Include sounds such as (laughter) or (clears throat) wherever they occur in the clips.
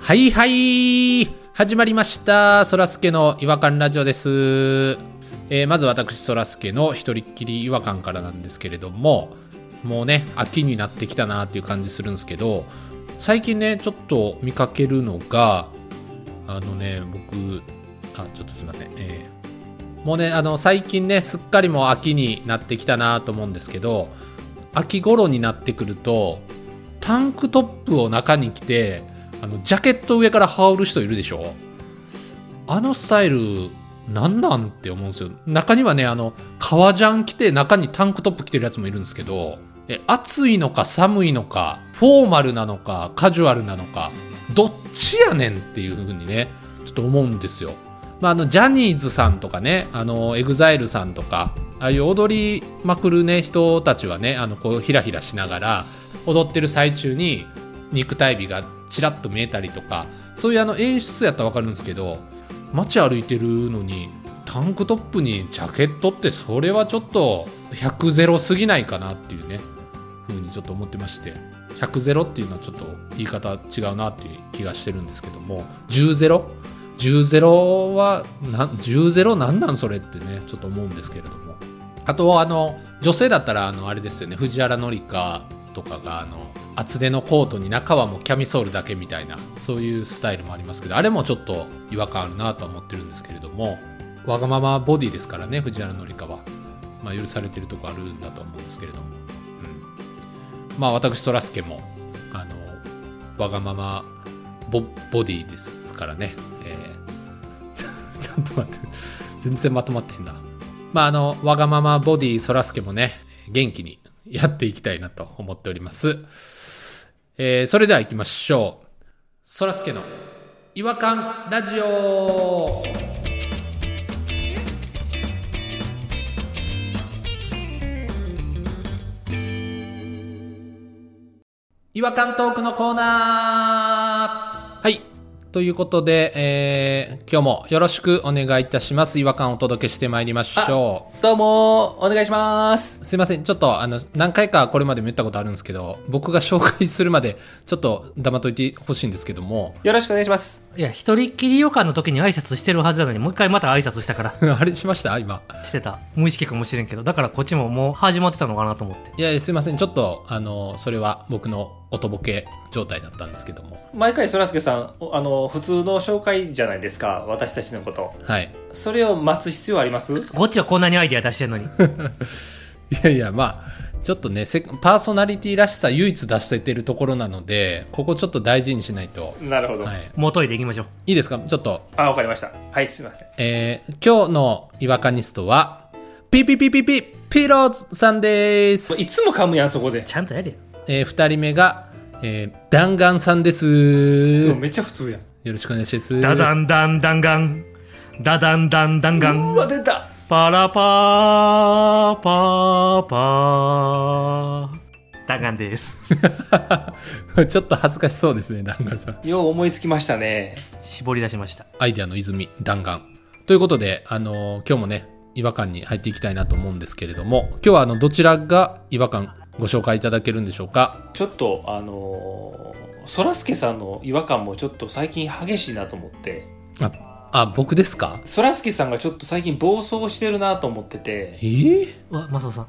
はいはい始まりましたそらすけの違和感ラジオです、えーまず私そらすけの一人っきり違和感からなんですけれどももうね秋になってきたなっていう感じするんですけど最近ねちょっと見かけるのがあのね僕あちょっとすいませんえーもうねあの最近ねすっかりもう秋になってきたなと思うんですけど秋頃になってくるとタンクトップを中に着てあのジャケット上から羽織る人いるでしょあのスタイルなんなんって思うんですよ中にはねあの革ジャン着て中にタンクトップ着てるやつもいるんですけどえ暑いのか寒いのかフォーマルなのかカジュアルなのかどっちやねんっていう風にねちょっと思うんですよまあ、あのジャニーズさんとかねあのエグザイルさんとかああいう踊りまくる、ね、人たちはねあのこうひらひらしながら踊ってる最中に肉体美がちらっと見えたりとかそういうあの演出やったら分かるんですけど街歩いてるのにタンクトップにジャケットってそれはちょっと100ゼロすぎないかなっていうねふうにちょっと思ってまして100ゼロっていうのはちょっと言い方違うなっていう気がしてるんですけども10ゼロ10ゼロはな10ゼロなんなんそれってねちょっと思うんですけれどもあとあの女性だったらあのあれですよね藤原紀香とかがあの厚手のコートに中はもうキャミソールだけみたいなそういうスタイルもありますけどあれもちょっと違和感あるなとは思ってるんですけれどもわがままボディですからね藤原紀香は、まあ、許されてるとこあるんだとは思うんですけれども、うん、まあ私そらすけもあのわがままボボディですからね、えー (laughs) ちょちょっと待って全然まとまってへんなまああのわがままボディそらすけもね元気にやっていきたいなと思っております、えーそれでは行きましょうそらすけの違和感ラジオ違和感トークのコーナーはい。ということで、えー、今日もよろしくお願いいたします。違和感をお届けしてまいりましょう。どうもーお願いします。すいません。ちょっと、あの、何回かこれまでも言ったことあるんですけど、僕が紹介するまで、 (laughs) ちょっと黙っといてほしいんですけども、、よろしくお願いします。いや、一人っきり予感の時に挨拶してるはずなのに、もう一回また挨拶したからあれしました今。してた。無意識かもしれんけど、だからこっちももう始まってたのかなと思って。いやいや、すいません。ちょっと、あの、それは僕のおとぼけ状態だったんですけども。毎回そらすけさん、おあの、普通の紹介じゃないですか。私たちのこと。はい。それを待つ必要ありますこっちはこんなにアイディア出してんのに。いやいや、まあ、ちょっとね、せパーソナリティらしさ唯一出せてるところなので、ここちょっと大事にしないと。なるほど。はい。もう研いでいきましょう。いいですかちょっと、あ、わかりました。はい、すいません。えー、今日の違和感ニストは、ピピピピピ、ピローズさんです。いつも噛むやん、そこで。ちゃんとやれよ。えー、二人目が、えー、弾丸さんです。めっちゃ普通やん。よろしくお願いします。ダダンダンダンガン。ダダンダンダンガンう。わ、出たパラパーパーパー。ダンガンです。 (laughs) ちょっと恥ずかしそうですね、弾丸さん。よう思いつきましたね。絞り出しました。アイデアの泉、弾丸。ということで、あのー今日もね、違和感に入っていきたいなと思うんですけれども、今日はあの、どちらが違和感ご紹介いただけるんでしょうかちょっと、あのー、そらすけさんの違和感もちょっと最近激しいなと思って。あ、あ、僕ですかそらすけさんがちょっと最近暴走してるなと思ってえて。ー、うわ、マサオさん。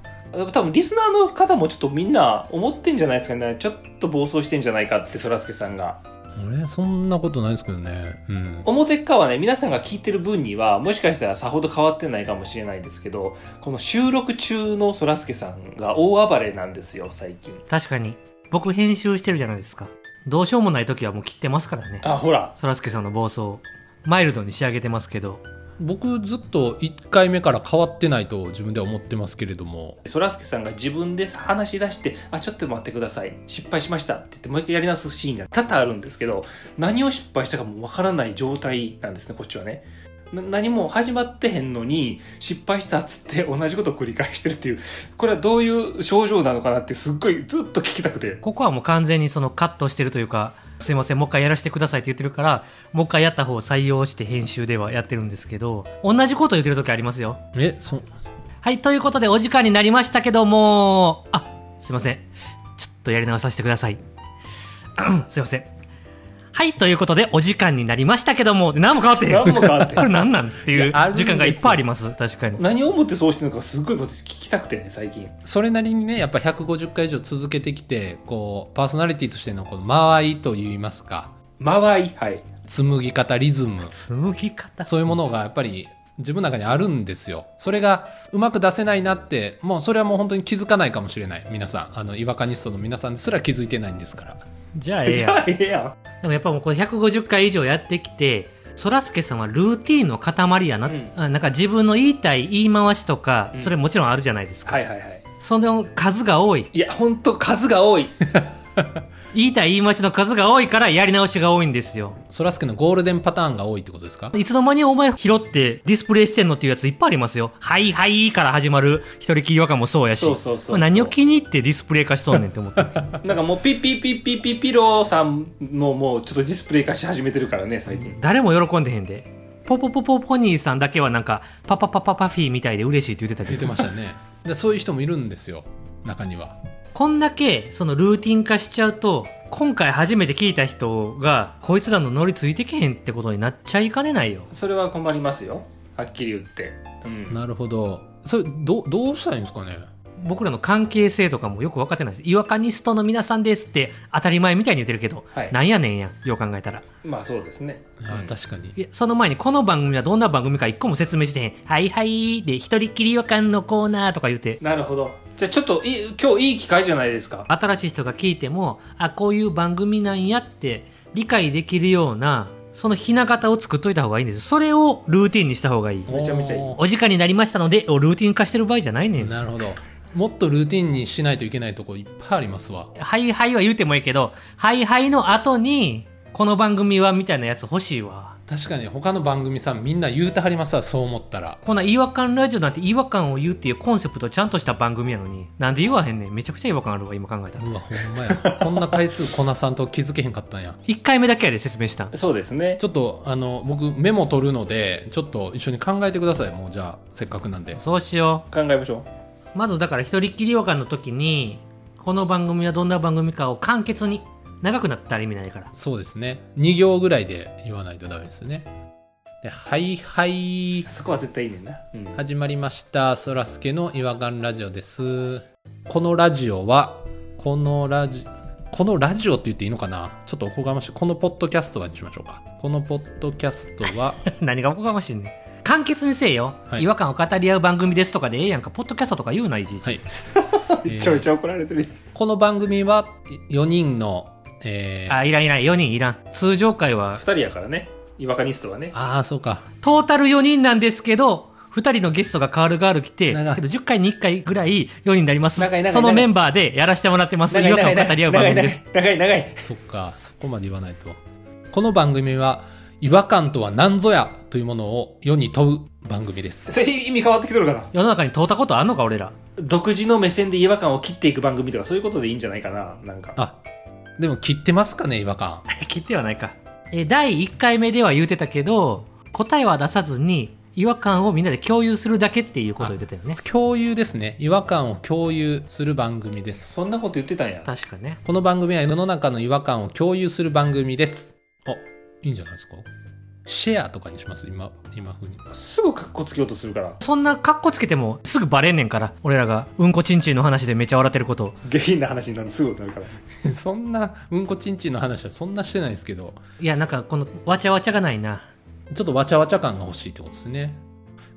多分リスナーの方もちょっとみんな思ってんじゃないですかねちょっと暴走してんじゃないかってそらすけさんが俺、そんなことないですけどね。うん。表っ側はね皆さんが聞いてる分にはもしかしたらさほど変わってないかもしれないんですけどこの収録中のそらすけさんが大暴れなんですよ最近確かに。僕編集してるじゃないですか。どうしようもない時はもう切ってますからね。あほらそらすけさんの暴走マイルドに仕上げてますけど僕、ずっと1回目から変わってないと自分では思ってますけれども、そらすけさんが自分で話し出して「あちょっと待ってください失敗しました」って言ってもう一回やり直すシーンが多々あるんですけど何を失敗したかもわからない状態なんですねこっちはねな何も始まってへんのに失敗したっつって同じことを繰り返してるっていうこれはどういう症状なのかなってすっごいずっと聞きたくてここはもう完全にそのカットしてるというかすいませんもう一回やらせてくださいって言ってるからもう一回やった方を採用して編集ではやってるんですけど同じこと言ってる時ありますよえ、そ、はいということでお時間になりましたけどもあ (clears throat) すいませんちょっとやり直させてくださいうんすいませんははい、ということで、お時間になりましたけども、何も変わってへん。何も変わってへん (laughs) これ何なんっていいうやあるんです時よ間がいっぱいあります。確かに。何を思ってそうしてるのかすごい私聞きたくてね最近それなりにねやっぱ150回以上続けてきてこうパーソナリティとしてのこの間合いといいますか間合いはい紡ぎ方リズム紡ぎ方。そういうものがやっぱり自分の中にあるんですよ。それがうまく出せないなって、もうそれはもう本当に気づかないかもしれない。皆さん、あの、違和感ニストの皆さんですら気づいてないんですから。じゃあ、ええじやんゃあええやんでもやっぱもうこれ150回以上やってきて、そらすけさんはルーティーンの塊やな、うんあなんか自分の言いたい言い回しとか、うんそれもちろんあるじゃないですか。はいはいはいその数が多い。いや本当数が多い言いたい言い回しの数が多いからやり直しが多いんですよ。そらすけのゴールデンパターンが多いってことですかいつの間にお前拾ってディスプレイしてんのっていうやついっぱいありますよ。はいはいから始まる一人きり和感もそうやし。そうそうそうそうまあ何を気に入ってディスプレイ化しとんねんって思っ (laughs) て。なんかもうピッピッピッピッピッピローさんのもうちょっとディスプレイ化し始めてるからね最近誰も喜んでへんで。ポポポポポニーさんだけはなんか、パパパパパフィーみたいで嬉しいって言ってたけ言っどて。ましたね。でそういう人もいるんですよ。中には。こんだけそのルーティン化しちゃうと今回初めて聞いた人がこいつらのノリついてけへんってことになっちゃいかねないよそれは困りますよはっきり言ってうんなるほど。それ、ど、どうしたらいいんですかね僕らの関係性とかもよく分かってないです違和感ニストの皆さんですって当たり前みたいに言ってるけど、はいなんやねんやよう考えたらまあそうですねあうん確かにい。やその前にこの番組はどんな番組か一個も説明してへん「はいはい」で「一人っきり違和感のコーナー」とか言うてなるほどじゃあちょっといい今日いい機会じゃないですか新しい人が聞いてもあこういう番組なんやって理解できるようなそのひな形を作っといた方がいいんですそれをルーティンにした方がいいめちゃめちゃいいおお時間になりましたのでをルーティン化してる場合じゃないねーんなるほど。もっとルーティンにしないといけないとこいっぱいありますわ。はいはいは言うてもいいけどはいはいの後にこの番組はみたいなやつ欲しいわ確かに他の番組さんみんな言うてはりますわ、そう思ったら。こんな違和感ラジオなんて違和感を言うっていうコンセプトちゃんとした番組やのになんで言わへんねんめちゃくちゃ違和感あるわ今考えたらうわ、ほんまや。こんな回数こなさんと気づけへんかったんや。 1回目だけやで説明したんそうですねちょっとあの僕メモ取るのでちょっと一緒に考えてくださいもうじゃあせっかくなんでそうしよう考えましょまずだから一人っきり違和感の時に、この番組はどんな番組かを簡潔に、長くなったら意味ないから。 (laughs) そうですね2行ぐらいで言わないとダメですねではいはいうそこは絶対いいねんな、うん始まりましたそらすけの違和感ラジオですこのラジオはこのラジこのラジオって言っていいのかなちょっとおこがましいこのポッドキャストはにしましょうかこのポッドキャストは何がおこがましいねん簡潔にせえよ、はい違和感を語り合う番組ですとかでええやんか。ポッドキャストとか言うないじいち。はいめちゃめちゃ怒られてるこの番組は4人のえー、あ、いらんいらん。4人いらん。通常回は2、人やからね違和感ニストはねああそうかトータル4人なんですけど、2人のゲストが変わる変わる来て、けど長い10回に1回ぐらい4人になります。長い長いそのメンバーでやらせてもらってます。違和感を語り合う番組です。長い長い長いそっか、そこまで言わないと。この番組は、違和感とは何ぞやというものを世に問う番組です。それ意味変わってきてるかな世の中に問うたことあんのか、俺ら。 (laughs) 独自の目線で違和感を切っていく番組とかそういうことでいいんじゃないかななんかあ、でも切ってますかね、違和感。切ってはないか。えー、第1回目では言うてたけど、答えは出さずに、違和感をみんなで共有するだけっていうことを言ってたよね。共有ですね。違和感を共有する番組です。そんなこと言ってたんや確かね。この番組は世の中の違和感を共有する番組です。あ、いいんじゃないですかシェアとかにします今、今風に。 (laughs) すぐカッコつけようとするからそんなカッコつけてもすぐバレんねんから、俺らがうんこちんちんの話でめちゃ笑ってることを。下品な話になるすぐなるからそんな、うんこちんちんの話はそんなしてないですけど、いや、なんかこのわちゃわちゃがないな。ちょっとわちゃわちゃ感が欲しいってことですね。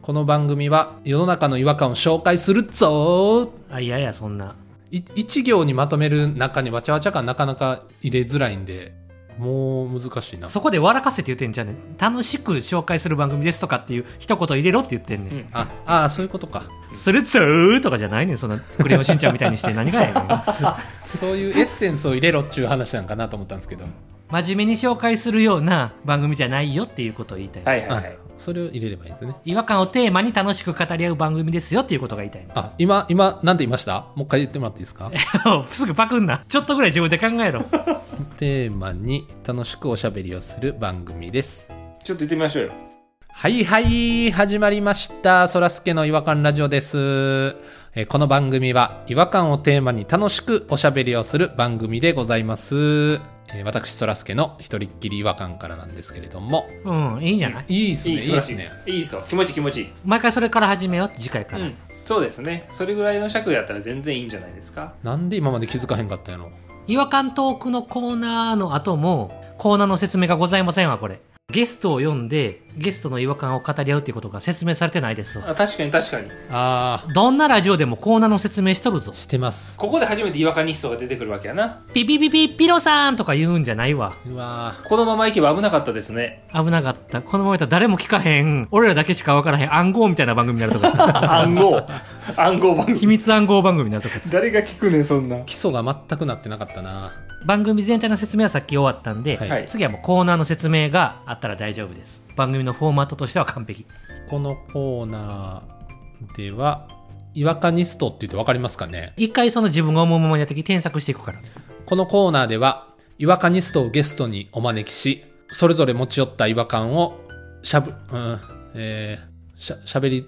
この番組は世の中の違和感を紹介するぞーあ、いやいや、そんな。い一行にまとめる中にわちゃわちゃ感なかなか入れづらいんでもう難しいなそこで笑かせって言ってんじゃんねん楽しく紹介する番組ですとかっていう一言入れろって言ってんねん。うんああーそういうことかするぞーとかじゃないねん、そんなクレヨンしんちゃんみたいにして何がやねん。そういうエッセンスを入れろっちゅう話なんかなと思ったんですけど真面目に紹介するような番組じゃないよっていうことを言いたい。はいはいはあいそれを入れればいいんですね違和感をテーマに楽しく語り合う番組ですよっていうことが言いたいあ今今なんて言いましたもう一回言ってもらっていいですかの。すぐパクんな。ちょっとぐらい自分で考えろ。テーマに楽しくおしゃべりをする番組ですちょっと言ってみましょうよはいはい始まりましたそらすけの違和感ラジオです、えーこの番組は違和感をテーマに楽しくおしゃべりをする番組でございますえー私、そらすけの一人っきり違和感からなんですけれども、うん、いいんじゃないいいですね、いい素晴でらしすいね。いいっすよ気持ちいい気持ちいい、毎回それから始めよう次回から。うんそうですねそれぐらいの尺やったら全然いいんじゃないですかなんで今まで気づかへんかったんやろ。違和感トークのコーナーの後も、コーナーの説明がございませんわ、これ。ゲストを呼んで、ゲストの違和感を語り合うっていうことが説明されてないですわ。あ確かに確かにあどんなラジオでもコーナーの説明しとるぞー、。してます。ここで初めて違和感ニストが出てくるわけやなピピピピピロさんとか言うんじゃないわ。うわこのまま行けば危なかったですね危なかった。このままやったら誰も聞かへん。俺らだけしかわからへん暗号みたいな番組になると (laughs) か。暗号 (laughs) 暗号番組秘密暗号番組になるとか。誰が聞くねんそんなー、基礎が全くなってなかったな。番組全体の説明はさっき終わったんで、はいはい次はもうコーナーの説明があったら大丈夫です。番組のフォーマットとしては完璧。このコーナーでは、違和感ニストって言って分かりますかね一回その自分が思うままにやってきて添削していくから。このコーナーでは、違和感ニストをゲストにお招きし、それぞれ持ち寄った違和感をしゃぶ、うん、えー、しゃ、しゃべり、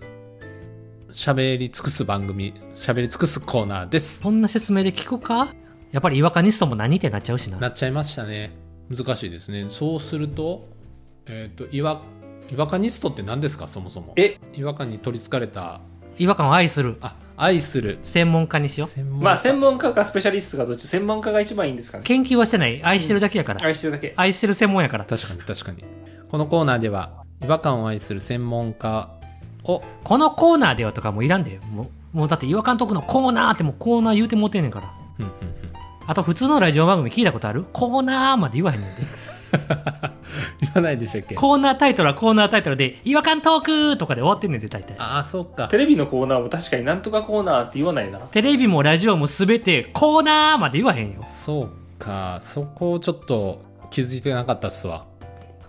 しゃべり尽くす番組、しゃべり尽くすコーナーです。そんな説明で聞くかやっぱり違和感ニストも何ってなっちゃうしな。なっちゃいましたね。難しいですね。そうすると、えっ、と、違和、違和感ニストって何ですか、そもそも。え違和感に取りつかれた、違和感を愛する。あ、愛する。専門家にしよう。専門まあ専門家かスペシャリストかどっち専門家が一番いいんですかね研究はしてない。愛してるだけやから。愛してるだけ愛してる専門やから。確かに確かに。このコーナーでは、違和感を愛する専門家をこのコーナーではとかもういらんでよ。もう、もうだって違和感トークのコーナーってもうコーナー言うてもうてんねんから。うんうんうんあと普通のラジオ番組聞いたことあるコーナーまで言わへんねんで。言わないでしたっけコーナータイトルはコーナータイトルで、違和感トークとかで終わってんねんで、大体。ああそうかテレビのコーナーも確かになんとかコーナーって言わないなテレビもラジオもすべてコーナーまで言わへんよ。そうかそこをちょっと気づいてなかったっすわ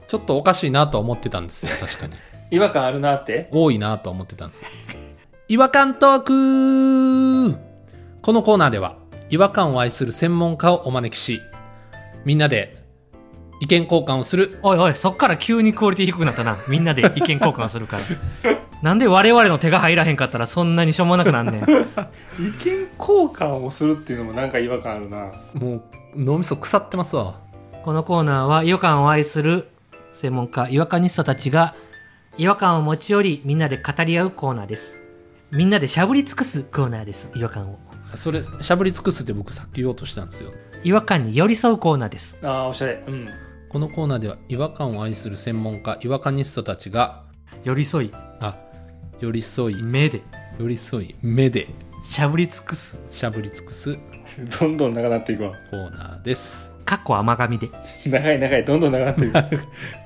ちょっとおかしいなとは思ってたんですよ (laughs) 確かに違和感あるなって多いなとは思ってたんです違和感トークこのコーナーでは違和感を愛する専門家をお招きしみんなで意見交換をするおいおい、そっから急にクオリティ低くなったな。みんなで意見交換するから。なんで我々の手が入らへんかったらそんなにしょうもなくなんねん。意見交換をするっていうのもなんか違和感あるなもう脳みそ腐ってますわこのコーナーは違和感を愛する専門家、違和感ニストたちが違和感を持ち寄りみんなで語り合うコーナーです。みんなでしゃぶり尽くすコーナーです。違和感を。それしゃぶり尽くすって僕さっき言おうとしたんですよ違和感に寄り添うコーナーです。あーおしゃれうんこのコーナーでは違和感を愛する専門家違和感ニストたちが寄り添い、あ寄り添い目で、寄り添い目でしゃぶり尽くす。しゃぶり尽くすどんどん長なっていくわコーナーですかっこ甘噛みで。長い長いどんどん長なっていく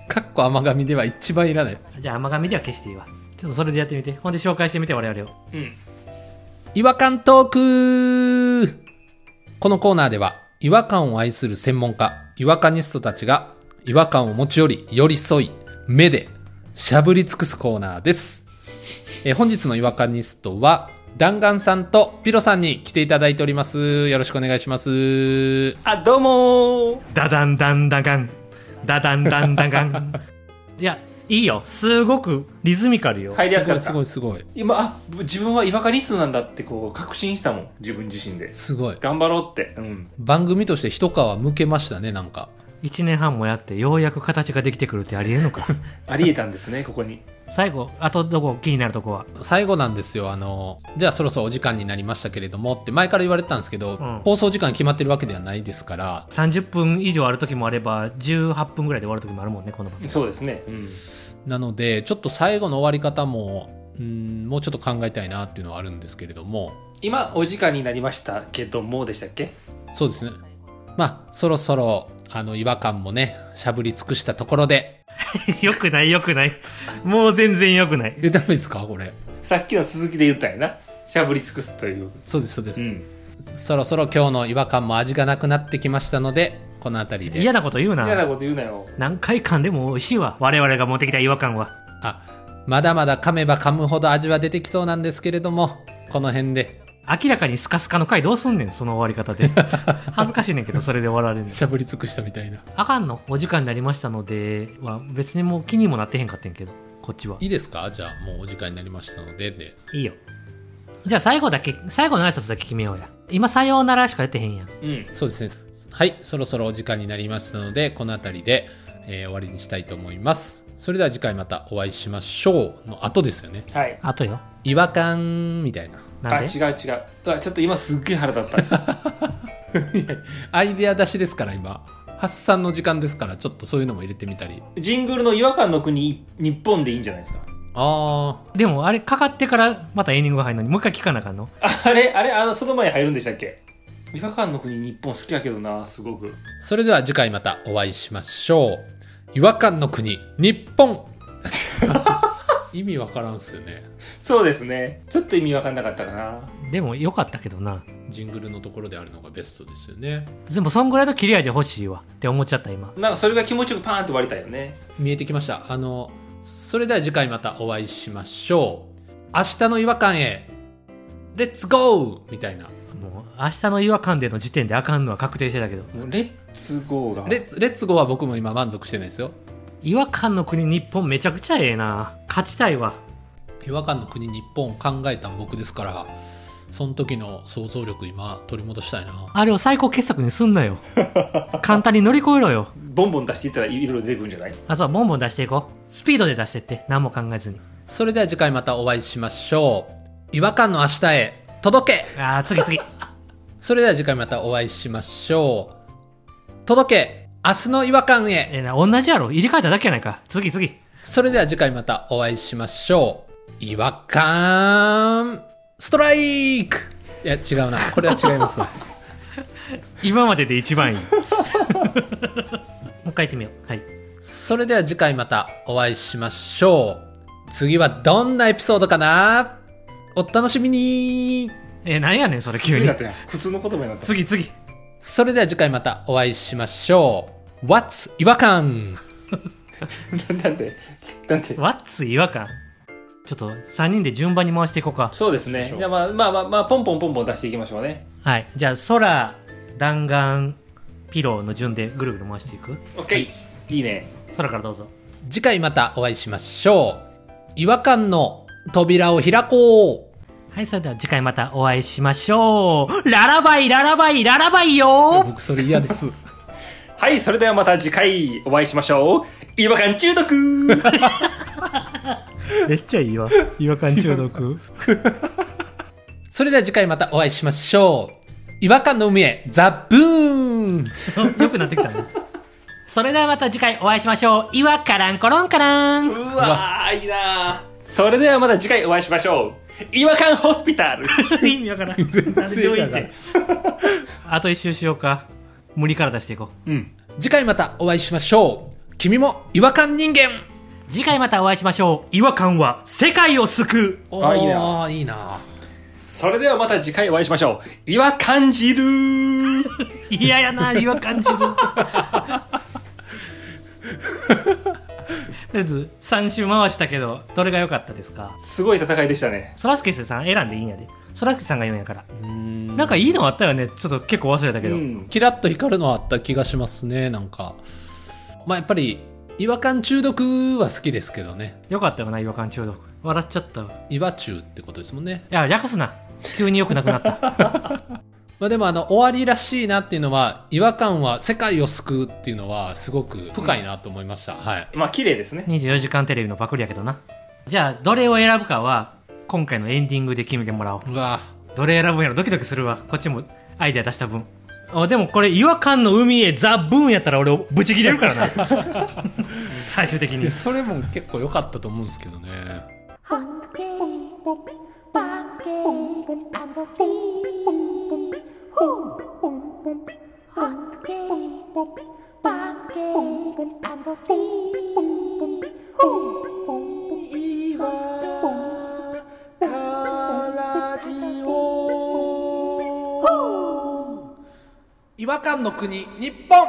かっこ甘噛みでは一番いらないじゃあ甘噛みでは消していいわ。ちょっとそれでやってみて。ほんで紹介してみて、我々を。うん違和感トークこのコーナーでは違和感を愛する専門家違和感ニストたちが違和感を持ち寄り寄り添い目でしゃぶり尽くすコーナーです、えー本日の違和感ニストは弾丸さんとピロさんに来ていただいておりますよろしくお願いしますあどうもーダダンダンダガン。ダダンダンダガン。いや、いいよ。すごくリズミカルよ。入りやすすごかいっすたごいすごい今あ自分は違和感リストなんだってこう確信したもん自分自身ですごい頑張ろうってうん番組として一皮むけましたねなんか一年半もやってようやく形ができてくるってありえんのかありえたんですねここに最後あとどこ気になるとこは最後なんですよあのじゃあそろそろお時間になりましたけれどもって前から言われてたんですけど、うん放送時間決まってるわけではないですから30分以上ある時もあれば18分ぐらいで終わる時もあるもんねこの番組そうですねうんなのでちょっと最後の終わり方もうんもうちょっと考えたいなっていうのはあるんですけれども今お時間になりましたけどもでしたっけそうですねまあそろそろあの違和感もねしゃぶり尽くしたところで (laughs) よくないよくないもう全然よくないえダメですかこれさっきの続きで言ったんやなしゃぶり尽くすというそうですそうです、んそろそろ今日の違和感も味がなくなってきましたのでこの辺りで嫌なこと言う嫌ななこと言うなよ何回噛んでも美味しいわ我々が持ってきた違和感はあまだまだ噛めば噛むほど味は出てきそうなんですけれどもこの辺で明らかにスカスカの回どうすんねんその終わり (laughs) 方で恥ずかしいねんけどそれで終わられるのしゃぶり尽くしたみたいなあかんのお時間になりましたのでは別にもう気にもなってへんかってんけどこっちはいいですかじゃあもうお時間になりましたのででいいよじゃあ最後だけ最後の挨拶だけ決めようや今さようならしか言ってへんやんうんそうですねはい、そろそろお時間になりましたので、この辺りで、えー終わりにしたいと思います。それでは次回またお会いしましょうの後ですよね。はいあとよ。違和感み (laughs) たいな。なんあで違う違ううわちょっと今すっげえ腹立ったアイデア出しですから今。発散の時間ですから、ちょっとそういうのも入れてみたり。 (laughs) ジングルの「違和感の国日本」でいいんじゃないですかあでもあれかかってからまたエンディングが入るのにもう一回聞かなあかんのあれあれあのその前に入るんでしたっけ違和感の国日本好きやけどなすごくーそれでは次回またお会いしましょう。違和感の国、日 (laughs) 本意味わからんっすよね。そうですねちょっと意味わかんなかったかなでもよかったけどな。ジングルのところであるのがベストですよね。でもそんぐらいの切れ味欲しいわって思っちゃった今。なんかそれが気持ちよくパーンと割れたよね見えてきましたあのそれでは次回またお会いしましょう明日の違和感へレッツゴーみたいなもう明日の違和感での時点であかんのは確定してたけど。もうレッツゴーがレッツレッツゴーは僕も今満足してないですよ違和感の国日本めちゃくちゃええな。勝ちたいわ。違和感の国日本を考えたん僕ですからその時の想像力今取り戻したいなあれを最高傑作にすんなよ。簡単に乗り越えろよ。ボンボン出していったらいろいろ出てくるんじゃないあ、そう、ボンボン出していこう。スピードで出してって。何も考えずに。それでは次回またお会いしましょう違和感の明日へ届けあー、次次。それでは次回またお会いしましょう届け明日の違和感へえーな、同じやろ。入れ替えただけやないか。次次。それでは次回またお会いしましょう。違和感ストライクいや、違うな。これは違いますわ。 (laughs) 今までで一番いい。も (laughs) う一回言ってみよう。はい。それでは次回またお会いしましょう。次はどんなエピソードかなお楽しみにえー、なんやねん、それ急次にだっ。て普通の言葉になった次次。それでは次回またお会いしましょう。What's 違和感なんでなんで What's 違和感ちょっと3人で順番に回していこうか。そうですねじゃあまあまあまあ、まあ、ポンポンポンポン出していきましょうねはい。じゃあ、空、弾丸、ピローの順でぐるぐる回していく。 OK、い、いね空からどうぞ。次回またお会いしましょう。違和感の扉を開こうはい、それでは次回またお会いしましょう。ララバイ、ララバイ、ララバイよ僕それ嫌です。はいそれではまた次回お会いしましょう違和感中 (laughs) 毒 (laughs) めっちゃいいわ。違和感中毒。それでは次回またお会いしましょう。違和感の海へ、ザ・ブーン (laughs) よくなってきたね。それではまた次回お会いしましょう。いわからんころんからん。うわーいいなーそれではまた次回お会いしましょう違和感ホスピタル (laughs) 意味わからん。なんで上位って。あと一周しようか。無理から出していこう。うん次回またお会いしましょう。君も違和感人間次回またお会いしましょう。違和感は世界を救う。あいいなあーいいなそれではまた次回お会いしましょう違和感じるー嫌やな、違和感自分。とりあえず、3周回したけど、どれが良かったですかすごい戦いでしたねそらすけさん選んでいいんやで。そらすけさんが言うんやから。なんかいいのあったよね。ちょっと結構忘れたけうど。んキラッと光るのはあった気がしますね、なんか。まあ、やっぱり、違和感中毒は好きですけどね。よかったよな、違和感中毒。笑っちゃったわ。違和中ってことですもんね。いや、略すな。急に良くなくな (laughs) った。まあ、でもあの、終わりらしいなっていうのは、違和感は世界を救うっていうのは、すごく深いなと思いました。はい。まあ綺麗ですね24時間テレビのパクリやけどな。じゃあ、どれを選ぶかは、今回のエンディングで決めてもらおう。うわどれ選ぶんやろドキドキするわ。こっちもアイデア出した分。あでもこれ、違和感の海へザ・ブーンやったら俺をブチ切れるからな。 (laughs) 最終的にぁ。。それも結構良かったと思うんですけどね。 Hungry, 違和感の国日本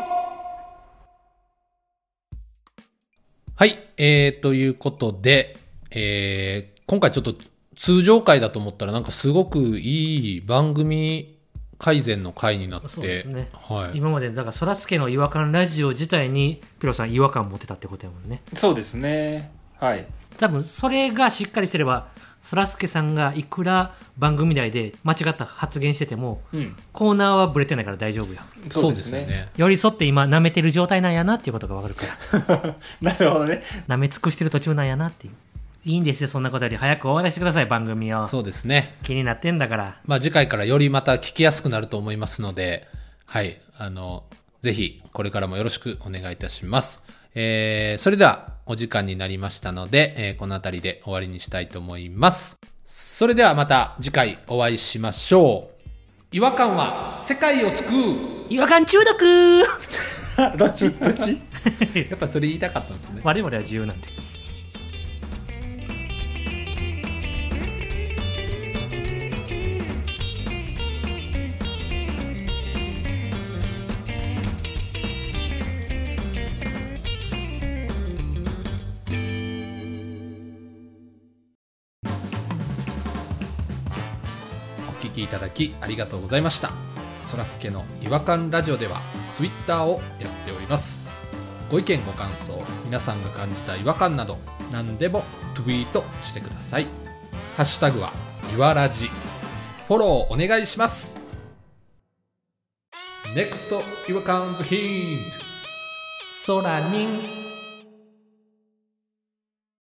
はい、えー、ということで、えー、今回ちょっと通常回だと思ったらなんかすごくいい番組改善の回になって、そうですねはい、今まで、だから、そらすけの違和感ラジオ自体に、ピロさん違和感持ってたってことやもんね。そうですねはい多分それがしっかりしてればそらすけさんがいくら番組内で間違った発言しててもうん、コーナーはブレてないから大丈夫よそうですよね。寄り添って今舐めてる状態なんやなっていうことがわかるから (laughs) なるほどね。舐め尽くしてる途中なんやなっていういいんですよそんなことより早く終わらせてください番組をそうですね。気になってんだからまあ次回からよりまた聞きやすくなると思いますので、はい、あの、ぜひこれからもよろしくお願いいたします。えー、それではお時間になりましたので、えーこの辺りで終わりにしたいと思います。それではまた次回お会いしましょう。違和感は世界を救う違和感中毒 (laughs) どっちどっちやっぱそれ言いたかったんですね。我々は自由なんでお聞きいただきありがとうございましたそらすけの違和感ラジオではツイッターをやっておりますご意見ご感想皆さんが感じた違和感など何でもツイートしてくださいハッシュタグはいわらじフォローお願いします NEXT 違和感ズヒント空に